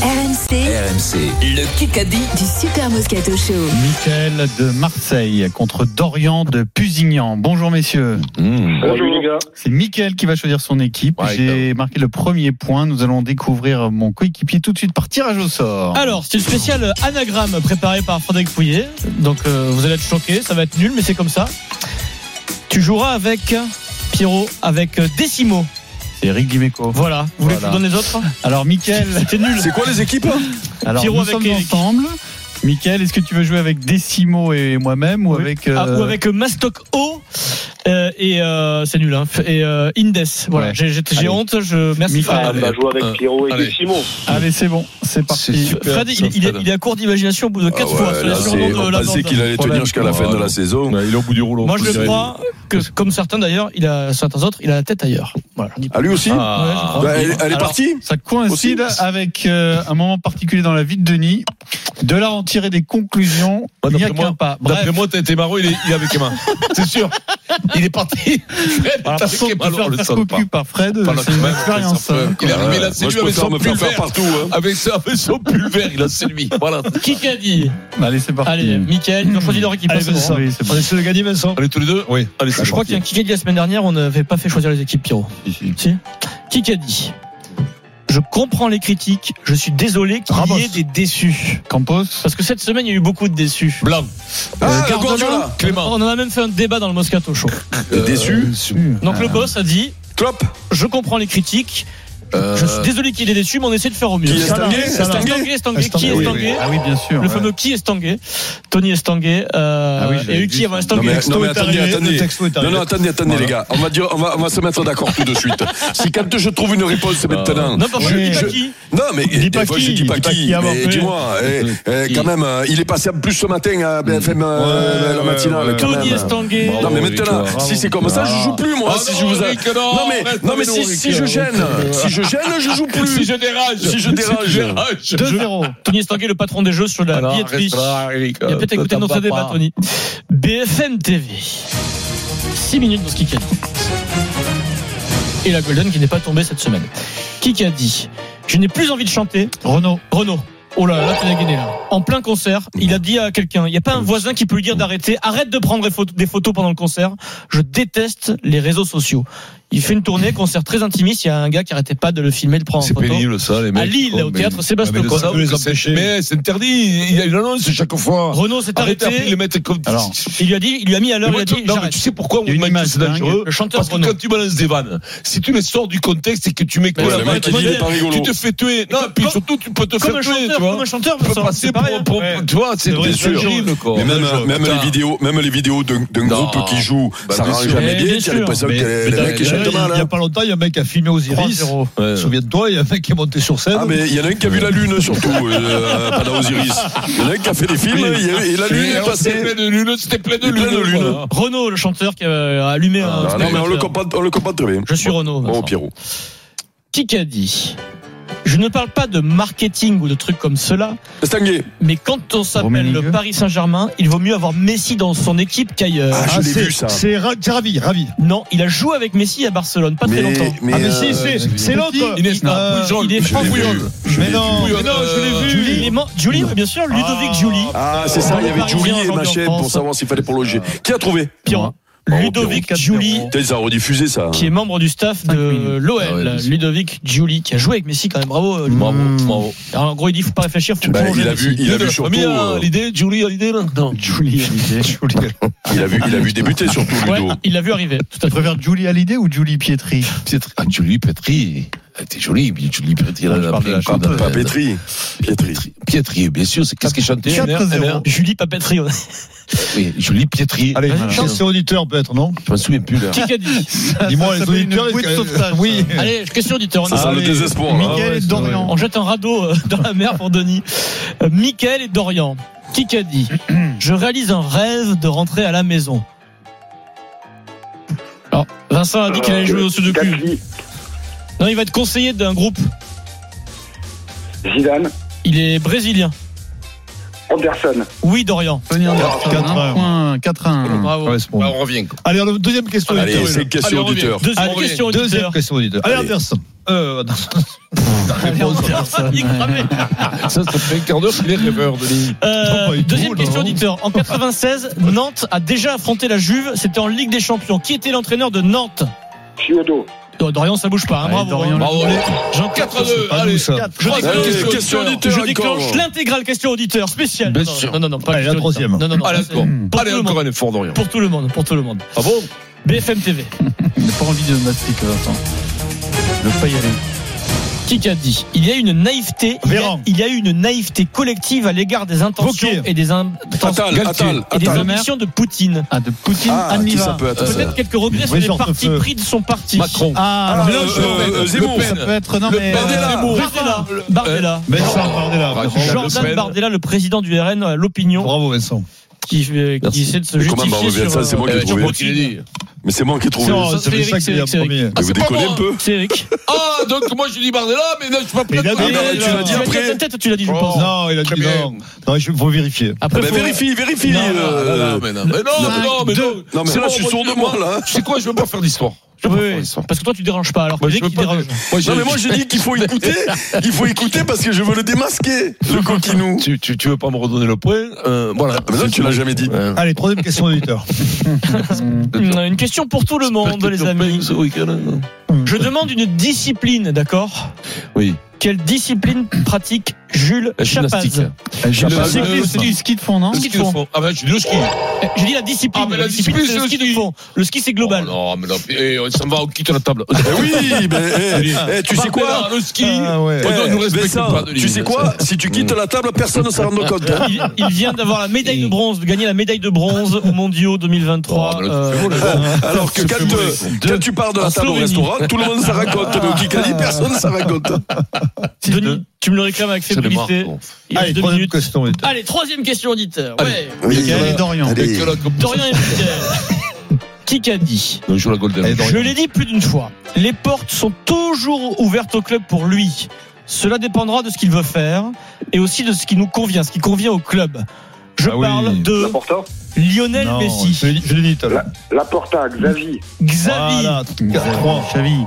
RMC, RMC, le Kikadi. du Super Moscato Show. Michael de Marseille contre Dorian de Pusignan. Bonjour messieurs. Bonjour les gars. C'est Michael qui va choisir son équipe. Mmh. Ouais, J'ai marqué le premier point. Nous allons découvrir mon coéquipier tout de suite par tirage au sort. Alors, c'est le spécial anagramme préparé par Frédéric Pouillet. Donc, euh, vous allez être choqués, ça va être nul, mais c'est comme ça. Tu joueras avec Pierrot, avec euh, Décimo. C'est Eric Dimeco. Voilà. Vous voulez que je Ah, Voilà. vous donne les autres Alors Michael, C'était nul. C'est quoi les équipes hein alors Pierrot nous avec sommes Eric. ensemble. Michael, est-ce que tu veux jouer avec Décimo et moi-même ou Oui. avec euh, Ah, ou avec Mastoc O euh, et euh, c'est nul hein. et euh, Indes voilà Ouais. j'ai j'ai- j'ai Allez. Ah, bah, honte je merci Michael. Fred. Allez. On va jouer Ah, avec Pierrot Allez. et Simon. Allez, c'est bon, c'est parti. super. Fred, il, il est, il est à court d'imagination au bout de 4 Ah Ah fois sur les surnoms de la on pensait bande. qu'il allait tenir jusqu'à la fin de la saison. il est au bout du rouleau. moi je Il le est- crois que comme certains d'ailleurs il a certains autres il a la tête ailleurs voilà je dis pas. Ah, lui aussi Ouais, je crois. Bah, Elle elle est Alors, partie Ça coïncide Aussi. avec euh, un moment particulier dans la vie de Denis. De là en tirer des conclusions, Ouais, il n'y a d'après qu'un moi- pas. Bref, Bah, D'après moi, t'as été marrant, il est, il est avec Emma. C'est sûr. Il est parti. Fred, alors, t'as par contre, avec Emma, te alors, on faire le faire sent pas. cocu par Fred, Par la c'est une semaine, expérience. ça fait- hein. Il est arrivé ah, là, Moi, c'est je lui avec préfère son Euh, me faire faire pulvère. partout. hein. Avec sa- avec son pulvère, il a séduit. Voilà. qui qu'a dit Bah, Allez, c'est parti. allez Mickaël tu as choisi leur équipe hein, Allez, c'est bon, Vincent. hein. Oui, c'est bon. on est sûr de gagner Vincent On est tous les deux Oui. Allez, c'est Bah, je crois parti. qu'il y a un qui a dit la semaine dernière on n'avait pas fait choisir les équipes Pierrot Si. Qui a dit Je comprends les critiques, je suis désolé qu'il Ramos. y ait des déçus. Campos, Parce que cette semaine, il y a eu beaucoup de déçus. Blanc. Ah, le Cardona, Guardiola Clément. On en a même fait un débat dans le Moscato Show. Euh, Déçu Donc le boss a dit Klopp Je comprends les critiques, Euh, je suis désolé qu'il y ait des déçus, mais on essaie de faire au mieux. Qui est Salah, Stanguet Salah. Stanguet Stanguet, Stanguet, qui est Oui, Stanguet Ah oui, bien sûr. ouais. Le fameux qui est Stanguet Tony Estanguet. Euh, Ah oui, je il y a l'avais eu vu, qui avant ça. Non, Estanguet mais, non, mais est attendez, arrivé, le attendez. texto est Non, non, arrivé. attendez, attendez, les gars. On va, dire, on, va, on va se mettre d'accord tout de suite. Si quand je trouve une réponse, c'est maintenant. Non, par contre, Oui, je dis pas je- qui. Non, mais Dis pas des fois, qui, je dis pas dis pas qui. qui avant, mais oui. dis-moi, eh, eh, quand même, euh, il est passé en plus ce matin à BFM euh, Ouais, la matinale. ouais, quand Tony même. Estanguet. Non, mais maintenant, Victor, si c'est comme ça, je joue plus, moi. Ah si non, je vous a- Eric, non, non, mais, reste non, avec mais si, nous, si Eric. je gêne, si je gêne, je joue Si plus. je dérange. Si je dérange. Si je dérange. 2-0. Tony Estanguet, le patron des jeux sur la Alors, billetterie. reste là, Eric. Il a peut-être Ne écouté notre t'en bats débat, pas. Tony. BFM TV. 6 minutes dans ce Kikadi. Et la Golden qui n'est pas tombée cette semaine. Kikadi. Je n'ai plus envie de chanter. Renaud. Renaud. Oh là là, t'as gagné là. En plein concert, il a dit à quelqu'un, il n'y a pas un voisin qui peut lui dire d'arrêter, arrête de prendre des photos- des photos pendant le concert, je déteste les réseaux sociaux. Il fait une tournée, concert très intimiste, il y a un gars qui arrêtait pas de le filmer, de le prendre en C'est photo. pénible ça, les mecs. Lille, Oh, au mais- théâtre Sébastien Ah, mais le Coe. savent On peut les que c'est- empêcher. Mais c'est interdit. Il y a une annonce chaque fois. Renaud s'est Arrêtez après, ils arrêté, le mettre comme. Alors, il lui a dit, il lui a mis à l'heure, Mais il moi, a tu- dit, non, mais j'arrête. tu sais pourquoi Il y a on une m'a image dit c'est dingue. dangereux Le chanteur Parce que Renaud. quand tu balances des vannes, si tu les sors du contexte et que tu mets Mais quoi ouais, la le mec, vanne, tu- il dit, il est pas rigolo. tu te fais tuer. Non, Comme- puis comme- surtout tu peux te comme faire un tuer, chanteur, tu comme un vois. chanteur, Tu peux Vincent, passer c'est pour, pareil, hein. pour- Ouais. tu vois, c'est vrai, c'est c'est sûr. horrible, quoi. Mais même, Putain. même les vidéos, même les vidéos d'un d'un Non. groupe qui joue, Bah, ça bien rend sûr. jamais Mais bien. bien T'as sûr. l'impression que Mais- les mais les mecs t'as- ils chantent mal. hein. pas longtemps, il y a un mec qui a filmé Osiris. Ouais. Souviens-toi, il y a un mec qui est monté sur scène. Ah mais il y en a un qui a vu la lune surtout, euh, pendant Osiris. Il y en a un qui a fait des films il y a- et la lune est Alors, C'était passée. plein de lune, c'était plein de Plein de lune. lune. voilà. Renaud, le chanteur qui a euh, allumé un Ah, Non mais on le spectateur. comprend, on le comprend très bien. Je suis Renaud. Bon Vincent. Pierrot. Qui qu'a dit Je ne parle pas de marketing ou de trucs comme cela, Stanguet. mais quand on s'appelle Romelu. le Paris Saint-Germain, il vaut mieux avoir Messi dans son équipe qu'ailleurs. Ah, je l'ai vu ça. C'est ravi, ravi. Non, il a joué avec Messi à Barcelone, pas très Mais- longtemps. mais, Ah, mais si, euh, c'est- c'est l'autre. Inès, non. Euh, Bouillon, il est je l'ai franc vu. bouillon. Je l'ai Mais non, vu. Bouillon, euh, Julie, les man- Julie, bien sûr, Ludovic Julie. Ah, c'est ça, il y avait Parisien Julie et aujourd'hui en Machin pour France. savoir s'il fallait prolonger. Qui a trouvé Pierrot. Bravo, Ludovic Pierrot. Julie, Putain, Ils ont rediffusé ça. qui est membre du staff Cinq de minutes. Ah ouais, l'OL. bien sûr. Ludovic Julie, qui a joué avec Messi quand même. Bravo. euh, Bravo, Ludovic. bravo. Alors, en gros, il dit faut pas réfléchir, faut Bah, prolonger il a vu, Messi. il a Lille, vu surtout, combien, euh, l'idée, Julie, à l'idée, là Non. Julie Hallyday. il a vu, il a vu débuter surtout Ouais, Ludo. il l'a vu arriver. Tout Tu à fait. préfères Julie Hallyday ou Julie Pietri Pietri- Ah, Julie Petri. T'es joli, mais tu lis Pietri. Non, je parle de la chanteuse. Pas Pétri. Pietri. Pietri, bien sûr. c'est- Qu'est-ce qu'elle chantait 4-0. Julie Papetri. Oui, Julie Pietri. Allez, Hein, je chance et auditeur peut-être, non je m'en souviens plus là. Kikadi. Dis-moi, les auditeurs. bouée de euh, sauvetage, Oui. Allez, question auditeur. on y Ça va. sent le Ah allez, désespoir. là. Mickaël ouais, Ah et c'est Dorian. On jette un radeau euh, dans la mer pour Denis. Euh, Mickaël et Dorian. Kikadi. Je réalise un rêve de rentrer à la maison. Alors, Vincent Ah, a dit qu'il allait jouer euh, au Sudoku. Catli, Non, il va être conseiller d'un groupe. Zidane, Il est brésilien. Anderson. Oui, Dorian. Tony Anderson, Quatre un heures. point, 4-1. Bravo. Ouais, c'est bon. Bah, on revient. quoi. Allez, alors, deuxième question auditeur. Allez, c'est une Allez, question on revient. auditeur. Deuxième Allez, question Deuxième auditeur. question auditeur. Allez, Allez. Anderson. Euh, non. Anderson, Ah, il est cramé. Ah, Ça, ça fait un quart d'heure qu'il est rêveur, Denis. Euh, Non, pas du tout, deuxième non. question auditeur. En 96, Nantes a déjà affronté la Juve. C'était en Ligue des Champions. Qui était l'entraîneur de Nantes Chiodo. Oh, Dorian, ça bouge pas. hein, Allez, bravo. Dorian. Bravo, allez. Jean 4 2. Pas nous, ça. Je Allez, déclenche, question auditeur je encore. déclenche l'intégrale question auditeur spéciale. Bien non, sûr. non, non, non, pas Allez, la question auditeur. troisième. Non, non, non, Allez, ça, encore. c'est pour Allez, tout le encore monde. un effort, Dorian. Pour tout le monde, pour tout le monde. Ah bon BFM TV. J'ai pas envie de mastic, Vincent. Je veux pas y aller. Qui qu'a dit Il y a une naïveté. il y a- Véran. Il y a une naïveté collective à l'égard des intentions Wauquiez. et des intentions. Attal, Attal, et des Attal. ambitions de Poutine. Ah, de Poutine, Ah, qui ça Anniva. peut Euh, être ça Peut-être quelques regrets sur Oui, les genre de partis feu. pris de son parti. Macron. Ah, Ah, mais euh, non, je- euh, Zemmour. ça peut être, non, Le mais. Bardella. euh, Bardella. Euh, Bardella. Vincent Bardella. Ah, Bravo. Jean- Le Jordan Pen. Bardella, le président du RN, à l'opinion, Bravo, Vincent. qui, euh, qui Merci. essaie de se Mais comment, justifier bah, on sur. revient ça, c'est euh, moi qui Eh, l'ai tu trouvé. vois qu'il est dit. Mais c'est moi qui ai trouvé. Non, ça. C'est pour Eric, ça c'est qu'il est Eric, c'est Eric. premier. Ah, Vous c'est pas déconnez moi. un peu euh, C'est Eric. euh, Ah, bah, donc moi je dis Bardella, mais là je Ah, Mais m'appelle il a pas. dit- Bardella. tu l'as dit Tu l'as après. dans ta tête, tu l'as dit, Oh. je pense. Non, il a Très dit bien. non. Non, il faut vérifie. Ah, Après, bah, faut- Vérifie, vérifie. Non, euh, non, mais non, mais non, mais non, mais non. Non, mais C'est là, bon, je suis moi, sourd de moi, là. Tu sais quoi, je veux pas faire d'histoire. Je veux Oui, pas faire oui. d'histoire. Parce que toi, tu déranges pas, alors que Moi, je Eric, veux il pas. dérange. je- Non, mais moi, je dis qu'il faut écouter. Il faut écouter parce que je veux le démasquer, le coquinou. Ah, Tu, tu, tu veux pas me redonner le point euh, Voilà. Mais non, tu l'as jamais dit. Ouais. Allez, troisième question auditeur. Une question pour tout le monde, les amis. Ce week-end, hein. non Je demande une discipline, d'accord Oui. Quelle discipline pratique Jules La gymnastique. Chapaz J'ai Le pas- cyclisme. Le ski- le ski de fond, non Le ski de fond. Ah ben, je dis le ski. Eh, J'ai dit la discipline. Ah, mais la discipline, c'est le ski de fond. Le ski, c'est global. Oh, non, mais non. Eh, on s'en va, on quitte la table. Eh oui, ben, eh, eh, tu sais quoi Bardella, Le ski. Ah, ouais. Eh, Oh, non, nous respectons Vincent, pas, Denis. tu sais quoi Si tu quittes la table, personne ne s'en rend compte. hein. Il, il vient d'avoir la médaille de bronze, de gagner la médaille de bronze aux mondiaux 2023. Oh, mais là, tu fais beau, Euh, là. Alors que quand, euh, quand tu pars de la En table au Slovénie. restaurant, tout le monde s'en raconte. Mais au Kikadi, personne ne s'en raconte. Denis, tu me le réclames avec C'est le marre, fébrilité. bon. Il reste Allez, deux troisième minutes. question auditeur. Allez, troisième question auditeur. Ouais. Allez. Oui, Allez, Dorian. Allez. Et que la- Dorian et Mickaël. Qui qu'a dit On joue la Golden. Allez, Dorian. Je l'ai dit plus d'une fois. Les portes sont toujours ouvertes au club pour lui. Cela dépendra de ce qu'il veut faire et aussi de ce qui nous convient, ce qui convient au club. Je Ah oui. parle de Laporta. Lionel Non, Messi, Je l'ai dit- je l'ai dit tout à l'heure. Laporta, Xavi. Xavi. Voilà, 3. Xavi.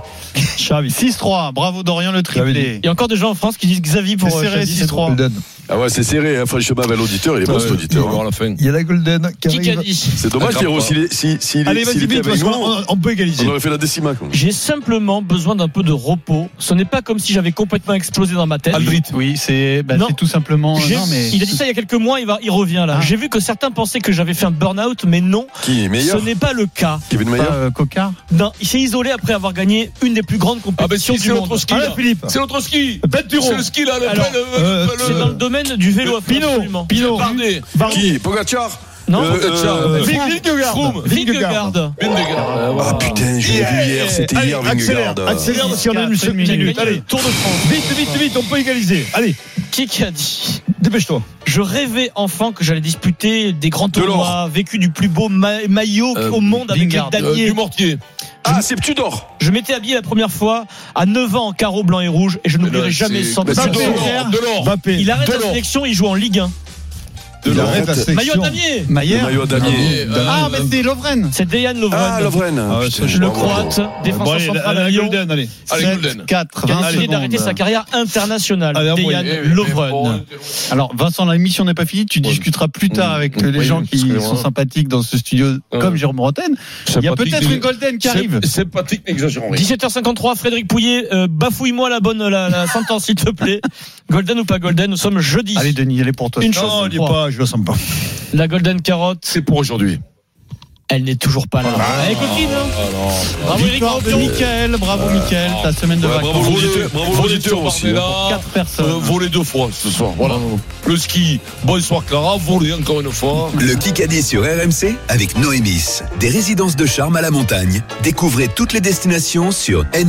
Xavi. 6-3. Bravo Dorian le triplé. Il y a encore des gens en France qui disent Xavi C'est pour euh, serré Xavi, c'est bon. 6-3. Ah ouais, c'est serré, hein, franchement, avec l'auditeur, il est bon cet auditeur. hein. la fin. Il y a la Golden Qui qu'a dit C'est dommage, Pierrot, s'il est- si- s'il Allez, vas-y s'il était vite, parce euh, avec nous, qu'on on peut on égaliser. aurait fait la décima. quoi. J'ai simplement besoin d'un peu de repos. Ce n'est pas comme si j'avais complètement explosé dans ma tête. Aldrit. Oui, c'est bah, Non. c'est tout simplement. J'ai- Non, mais. Il a dit ça il y a quelques mois, il, va, il revient là. Ah. J'ai vu que certains pensaient que j'avais fait un burn-out, mais non, Qui est ce meilleur n'est pas le cas. Kevin Mayer Pas, euh, Cocard. Non, il s'est isolé après avoir gagné une des plus grandes Ah, ben compétitions si, c'est du monde. l'autre ski. Ah, là. là, Philippe. C'est l'autre ski. Bête du C'est le ski, là. Alors, euh, C'est dans le domaine du vélo à Pinot. absolument. Pinot. Barnet. Qui Pogacar Non, Euh, euh, Ving- Froome. Vingegaard. Vingegaard. Ah putain, je l'ai vu hier, c'était hier Vingegaard. Accélère, accélère parce qu'on a une Quatre seule minute. gagné Allez, le Tour de France. vite, vite, vite, on peut égaliser. Allez, Qui qui a dit dépêche-toi. Je rêvais enfant que j'allais disputer des grands Delors. tournois, vécu du plus beau ma- maillot Euh, au monde avec les Vingegaard. Euh, damiers. Du Mortier. Ah, c'est Tudor Je m'étais habillé la première fois à 9 ans en carreau blanc et rouge et je n'oublierai jamais ce sentiment. c'est De Delors. Mbappé. Il arrête la Delors. sélection, il joue en Ligue 1. Il arrête la sélection. Maillot à damier Le Maillère. maillot à damier. Ah, mais c'est Lovren. C'est Dejan Ah, Lovren, Lovren. Ah ouais, Putain, c'est- bravo, le bravo. croate, défenseur central à Lyon, allez. Allez, 7, Golden. 4, qui a 20 décidé secondes. d'arrêter sa carrière internationale. Allez, Dejan envoyez. Lovren. Alors Vincent, la mission n'est pas finie. Tu Ouais. discuteras plus tard Mm. Mmh. avec Mmh. les Oui, gens parce qui que, sont euh, sympathiques dans ce studio, comme Jérôme Rotten. Il y a peut-être une golden qui arrive. C'est pratique, n'exagérons rien. 17h53, Frédéric Pouillet, euh, bafouille-moi la bonne la, la sentence, s'il te plaît. Golden ou pas golden, nous sommes jeudi. Allez Denis, elle est pour toi. Une non, chose, il est trois. pas, je le sens pas. La golden carotte, Eh, C'est pour aujourd'hui. Elle n'est toujours pas là. Elle est coquine, hein. Bravo Ah, Eric Victoire de Rampion. Michael, bravo Michael, ta semaine de Ouais, vacances. bravo l'auditeur, bravo l'auditeur aussi. hein. Marcella. 4 personnes. Euh, voler deux fois ce soir. Voilà. Le ski, bonsoir Clara, voler encore une fois. Le Kikadi sur RMC avec Noémis. Des résidences de charme à la montagne. Découvrez toutes les destinations sur E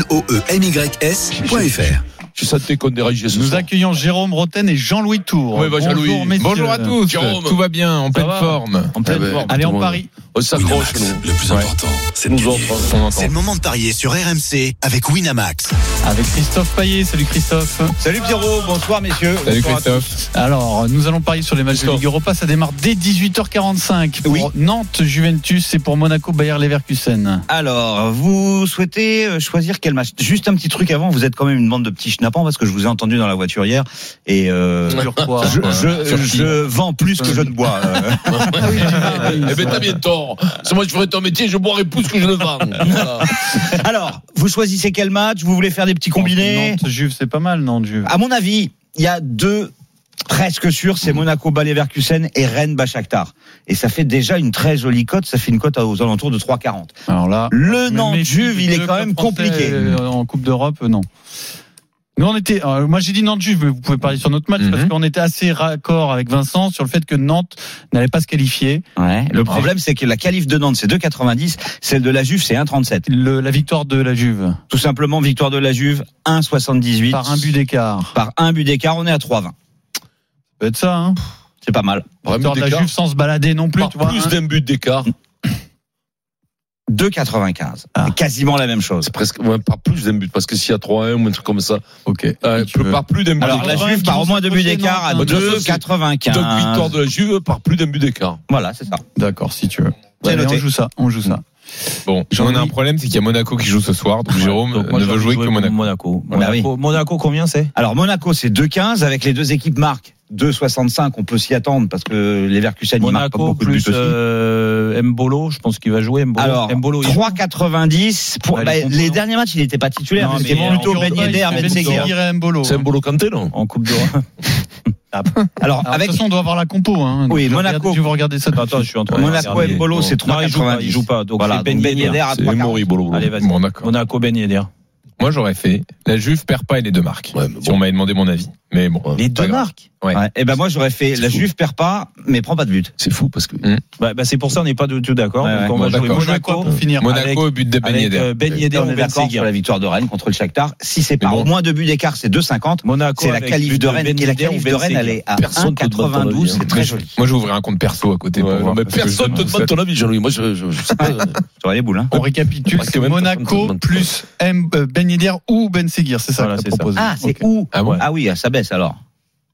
noemys.fr. Je sentais qu'on dérangeait ce Nous soir. accueillons Jérôme Roten et Jean-Louis Tour. Ouais, bah, Jean-Louis. messieurs. Bonjour à tous. Jérôme. Tout va bien, en pleine va forme. En pleine Eh ben, forme. tout Allez, le on monde. parie. On s'accroche, nous. le plus Ouais. important, c'est Nous autres, on entend. moment de parier sur RMC avec Winamax. avec Christophe Payet. Salut Christophe. Salut Pierrot, bonsoir messieurs. Salut Christophe. Alors, nous allons parier sur les matchs de Christophe. Ligue Europa. Ça démarre dès 18h45 pour Oui. Nantes, Juventus et pour Monaco, Bayer Leverkusen. Alors, vous souhaitez euh, choisir quel match Juste un petit truc avant, vous êtes quand même une bande de petits schnappants parce que je vous ai entendu dans la voiture hier et euh, Sur quoi je, je, je vends plus que je ne bois. euh. Ah, Eh ben, t'as bien tort. Si moi je ferais ton métier, je boirais plus que je le vends. Voilà. Alors, vous choisissez quel match Vous voulez faire des petits combinés Nantes, Juve, c'est pas mal, Nantes, Juve. À mon avis, il y a deux presque sûrs, Mmh. c'est Monaco Ballet Verkusen et Rennes Bachaktar. Et ça fait déjà une très jolie cote, ça fait une cote aux alentours de 3,40. Alors là, Le Mais Nantes méfie Juve, du il est club quand même français, compliqué. euh, En Coupe d'Europe, euh, non. Nous on était, euh, moi j'ai dit Nantes Juve, mais vous pouvez parler sur notre match Mhm. parce qu'on était assez raccord avec Vincent sur le fait que Nantes n'allait pas se qualifier. Ouais. Le problème, c'est que la qualif de Nantes, c'est 2,90. Celle de la Juve, c'est 1,37. Le- la victoire de la Juve Tout simplement, victoire de la Juve, 1,78. par un but d'écart. Par un but d'écart, on est à 3,20. Ça peut être ça. Hein C'est pas mal. Par un but victoire de la d'écart. Juve sans se balader non plus. Par Tu vois, plus hein. d'un but d'écart. 2,95. Ah. C'est Quasiment la même chose. C'est presque, ouais, pas plus d'un but, parce que s'il y a 3-1 ou un truc comme ça, Ok. euh, Si tu veux. par plus d'un but Alors, la d'écart. Juve, par au moins deux buts d'écart, à Bah, de toute façon, c'est- Donc, 2,95. victoire de la Juve par plus d'un but d'écart. Voilà, c'est ça. D'accord, si tu veux. C'est Allez, on noté. joue ça. On joue ça. Bon, J'en ai un problème, c'est qu'il y a Monaco qui joue ce soir. Donc, Jérôme ne veut jouer que Monaco. Monaco, combien c'est Bah Alors, Monaco, c'est 2,15 avec les deux équipes marques. 2,65, on peut s'y attendre parce que les Verkusen, ils marquent pas beaucoup de buts aussi. euh, Mbolo, je pense qu'il va jouer Mbolo. Alors, 3,90. Pour, Ouais, bah, les les, comptes, non. derniers matchs, il n'était pas titulaire. Non, C'était mais plutôt en Ben Europe, Yedder, il fait Ben Seguir. Seguir et Mbolo. C'est un boulot canté, non En Coupe d'Europe. Alors, Ah, Alors, avec De toute façon, on doit avoir la compo. Hein. Oui, Je vais Monaco. regarder- Je vais regarder ça. tout de suite. suis en Monaco et Bolo, c'est 3,90. pas. Donc, Voilà, donc Ben Yedder à C'est Mori 3,40. Bolo. Bolo. vas-y. Monaco, Ben Yedder. Moi, j'aurais fait. La Juve perd pas et les deux marques. Ouais, mais bon. Si on m'avait demandé mon avis. Mais bon. Les deux marques. Ouais. Et ben moi, j'aurais fait. La fou. Juve perd pas, mais prend pas de but. C'est fou parce que. Bah, bah, c'est pour ça on n'est pas du tout d'accord. Ouais, Donc, ouais. on Bon, va jouer d'accord. On joue à quoi Monaco pour finir Monaco, but de Ben avec Yedder. euh, Ben Yedder on et est Ben d'accord sur Seguir. la victoire de Rennes contre le Shakhtar. Si c'est par bon. au moins deux buts d'écart, c'est 2,50. Monaco, C'est la avec qualif but de Rennes. Ben Et la Yedder ou qualif Ben de Rennes, Seguir. elle est à Personne te demande ton avis, 1,92. hein. C'est très joli. Moi, je vais ouvrir un compte perso à côté pour Ouais, voir. non, mais parce que personne ne te je- demande ton avis, Jean-Louis. Moi, je, je, je sais pas. Sur les boules, hein. On récapitule, Parce que c'est même personne ne Monaco demande plus M- euh, Ben Yedder ou Ben Seguir, c'est ça Voilà, que c'est t'as proposé. Ah, c'est Ok. où Ah bon Ah oui, ça baisse alors.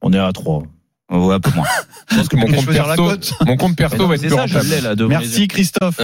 On est à 3. Ouais, un peu moins. Je pense que mon Je vais compte choisir la perso, cote. mon compte perso va être plus rentable. là, de Merci Christophe.